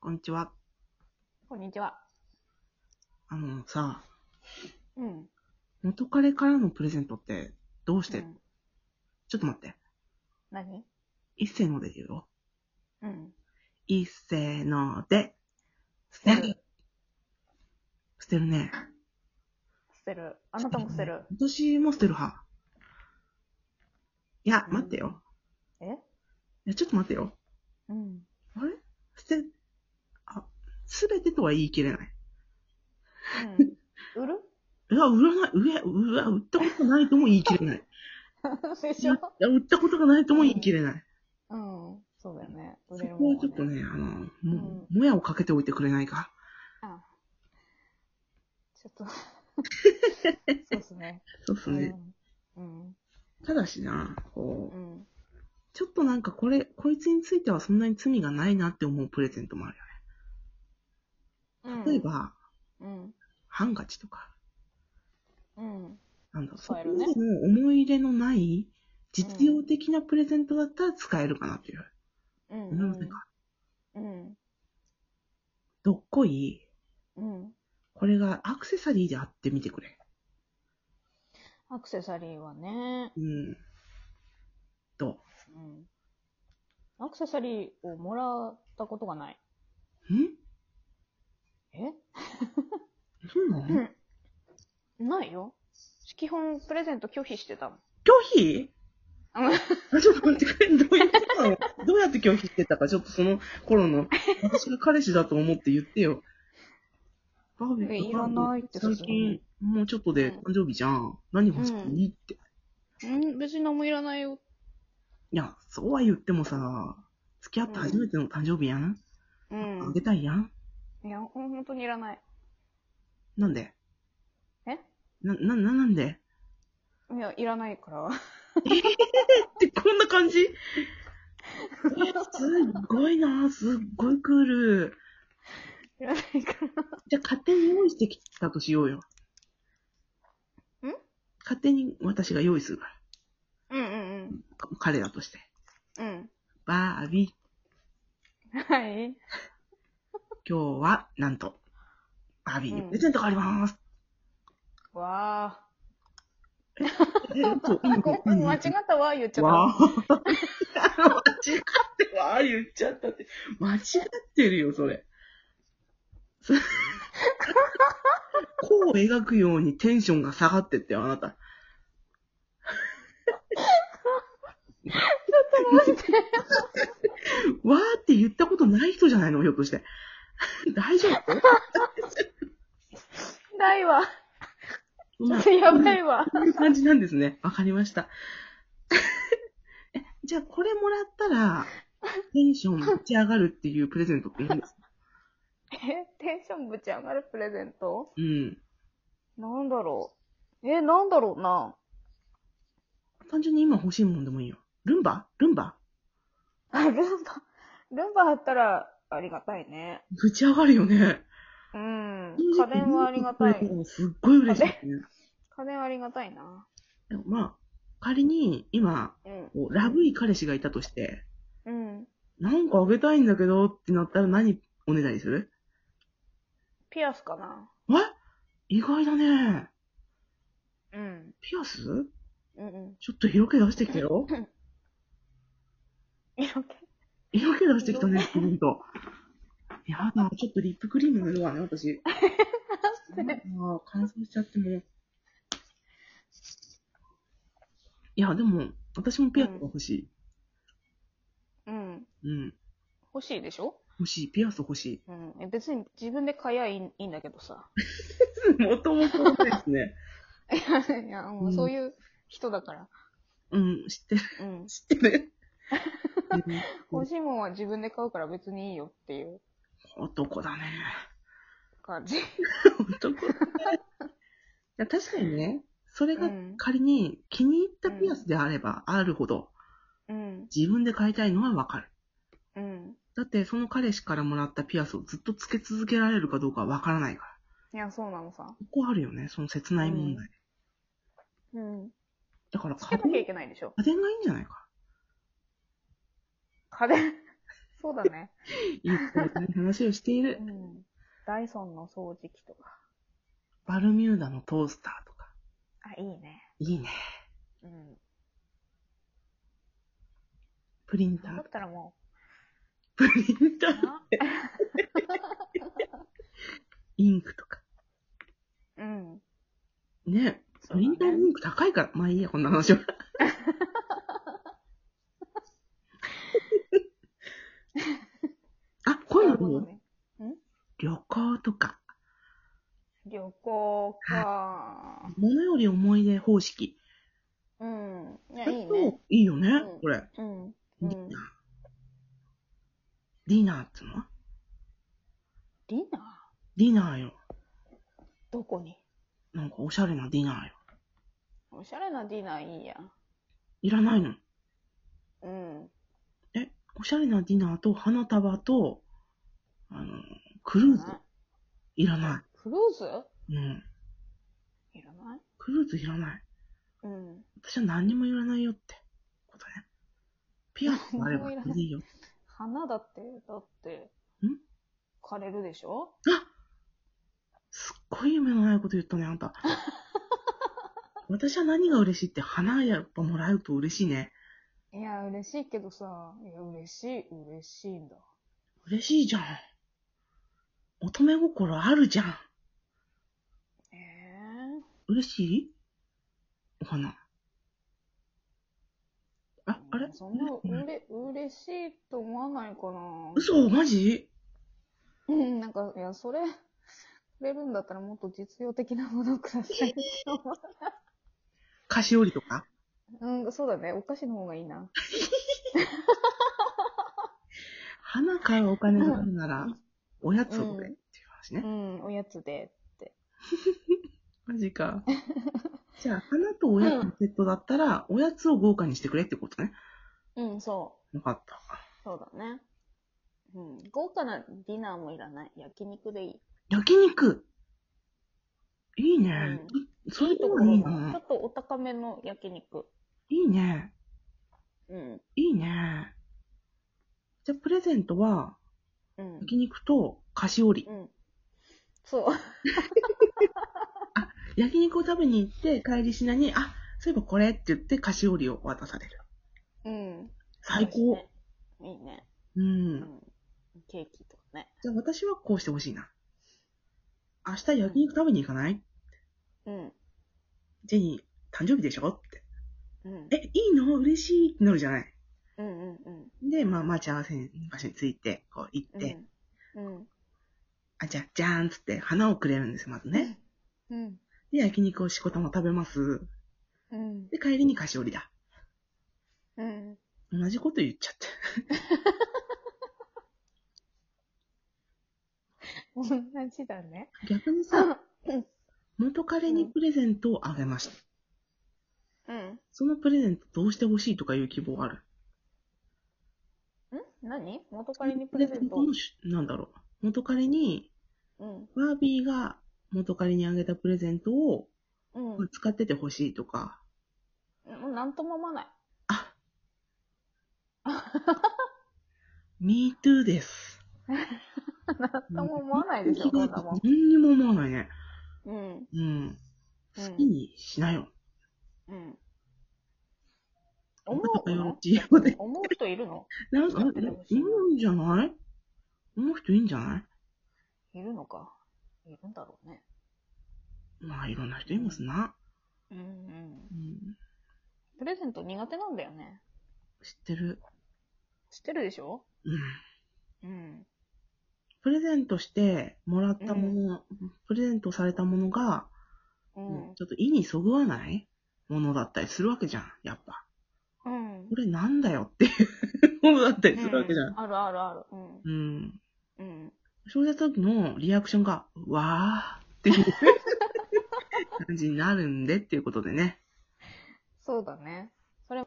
こんにちは。こんにちは。あのさ、うん。元彼からのプレゼントってどうして、うん、ちょっと待って。何一斉ので言うよ。うん。一斉ので。捨てる。捨てるね。捨てる。あなたも捨 てる。私も捨てる派。いや、うん待ってよ。えいや、ちょっと待ってよ。うん。あれ捨て、あ、すべてとは言い切れない。うん。売 るうわ、売らない、うわ、うわ、売ったことないとも言い切れない。い でしょや、売ったことがないとも言い切れない。うん。そうだよね。売それるこもんはは、ちょっとね。ね、あの、も、もやをかけておいてくれないか。あちょっ と。そうですね。そうっすね。うん。ただしな、うこう、ん。ちょっとなんかこれ、こいつについてはそんなに罪がないなって思うプレゼントもあるようん。ね。例え。ば、うん。ハンカチとか、うん。なんだろう、そ使こえるねまでの思い入れのない、実用的なプレゼントだったら使えるかなっていう。うん。なのでか、うん。どっこい、うん。これがアクセサリーであってみてくれ。アクセサリーはね。うん。と、うん。アクセサリーをもらったことがない。んえそうなの、拒うん。ないよ。基本、プレゼント拒否してたもん。否うんあ、ちょっと待ってくれ、どういうことなのどうやって拒否してたか、ちょっとその頃の、私が彼氏だと思って言ってよ。バービえーいらないって最近、もうちょっとで誕生日じゃん。何欲しい、うんって。いうん、別に何もいらないよ。や、そうは言ってもさ、付き合って初めての誕生日やん。あうん。げたいやん。いや、本当にいらない。なんでえな、な、な、なんでいや、いらないから。ってこんな感じえすっごいなすっごいクール。 いらないから。じゃあ勝手に用意してきたとしようよ。ん勝手に私が用意するから。うんうんか彼だとして。うん。バービー、うん。はい。今日は、なんと、バービーにうんプレゼントがあります。わえ、そう、ー。ごめん、間違ったわ、言っちゃっわー間違ってわー言っちゃったって。間違ってるよ、それ。そ れこう描くようにテンションが下がってってよ、あなた。 わーって言ったことない人じゃないの、ひょっとして。 大丈 夫た。ないわ。ちょっとやばいわ。こういう感じなんですね。わかりました。 えじゃあ、これもらったら、テンション持ち上がるっていうプレゼントって何ですかえ、テンションぶち上がるプレゼントうん。なんだろう。え、なんだろうな。単純に今欲しいもんでもいいよ。ルンバルンバあ、ルンバ、ルンバあったらありがたいね。ぶち上がるよね。うん。家電はありがたい。。すっごい嬉しい、ね。家電はありがたいな。でもまあ、仮に今、うん。こうラブい彼氏がいたとして、うん。なんかあげたいんだけどってなったら何おねだりするピアスかな。え意外だね。うん。ピアスうんうん。ちょっと色気出してきたよ。色気色気出してきたね、プリント。やだ、ちょっとリップクリーム塗るわね、私。なんか乾燥しちゃってもう。いや、でも、私もピアスが欲しうん。い。うん。欲しいでしょ欲しい、ピアス欲しい。うん。え別に自分で買えばいいいいんだけどさ。もともとですね。 いや、もううんそういう人だから。うん、知ってる、うん。知ってる。うん欲しいもんは自分で買うから別にいいよっていう男だね。感じ。男だね。いや、確かにね、それうが ん。仮に気に入ったピアスであればあるほど、うん。自分で買いたいのはわかる。うん。だって、その彼氏からもらったピアスをずっとつけ続けられるかどうかはわからないから。いや、そうなのさ。ここあるよね、その切ない問題。うん。だからつ家けなきゃ電、いけないでしょ。家電がいいんじゃないか。 家電。そうだ ね。いいことない話をしていうる。ん。ダイソンの掃除機とか。バルミューダのトースターとか。あ、いいね。いいね。うん。プリンタだ ーっ。たらもプリンタう、ー。なインクとか。 うん。ね。そプリンうターだのねインク高いから。まあいいや、こんな話 は。あ、こういうのなどうるほどね旅行とか。旅行か。物より思い出方式。うん。いや、そいういね。いいよね、うんこれ。うん。デうィんナー。。ディナーってのはディナディナーよ。ーどこになんかおしゃれなディナーよ。おしゃれなディナーいいや。いらないの。うん。え、おしゃれなディナーと花束と、あの、クルーズ。いらなクルーズい。うん。いらないクルーズいらない。うん。私は何にもいらないよってことね。ピアスがあれば何にもいら全ない然いいよ。花だって、だって、ん枯れるでしょすっごい夢のないこと言ったね、あ んた。私は何が嬉しいって、花やっぱもらうと嬉しいね。いや、嬉しいけどさ、いや、嬉しい、嬉しいんだ。嬉しいじゃん。乙女心あるじゃん。え嬉しいお花。えあ、あれそんな、ううれ、嬉しいと思わないかな嘘マジうん、なんか、いや、それ、くれるんだったらもっと実用的なものくだ さい。菓子折りとかうん、そうだね。お菓子の方がいいな。花買うお金があるなら、おやつをくれっていう話ねう。ん、おやつで。マジ か。じゃあ、花とおやつのセットだったら、おやつを豪華にしてくれってことね。うん、そよかった。う。そうだね。うん、豪華なディナーもいらない。焼肉でいい。焼肉いいね。そういうとこがいいちょな。っとお高めの焼肉。いいね。うん。いいね。じゃあ、プレゼントは、うん。焼肉と菓子折りう。ん。そう。焼肉を食べに行って、帰りしなに、あ、そういえばこれって言って菓子折りを渡される。うん。最高。。いいね。う。うんん。ケーキとかね。じゃあ、私はこうしてほしいな。明日焼肉食べに行かないうん。ジェニー、誕生日でしょって。うん。え、いいの嬉しいってなるじゃない。うんうんうん。で、まあ、待ち合わせの場所について、こう行っうて、ん。うん。あ、じゃあ、じゃーんっつって花をくれるんですよ、まずね。うん。で、焼肉をしこたま食べます。うん。で、帰りに菓子折りだ。うん。同じこと言っちゃって。同じだね。逆にさうん、元彼にプレゼントをあげました。うん。そのプレゼントどうしてほしいとかいう希望あるん何元彼にプレゼントのしなんだろう。元彼に、うん。バービーが元彼にあげたプレゼントをうん。使っててほしいとか。もうなんとも思 わない。あ Me too です。なんとも思わないでしょ、こんなもん。何にも思わないね。うん。うん。う好きん。にしなよ。うん。思まさかうよろのちよで。思う人いるのなんか、ううんんじゃない思う人いいんじゃないいるのか。いるんだろうね。まあ、いろんな人いますな。うんうん。うん、プレゼント苦手なんだよね。知ってる。知ってるでしょうん。うん。プレゼントしてもらったもの、プレゼントされたものが、うん。ちょっと意にそぐわないものだったりするわけじゃん、やっぱ。うん。これなんだよっていうものだったりするわけじゃん。あるあるある。うん。うん。うん。そうやった時のリアクションが、わーっていう感じになるんでっていうことでね。そうだね。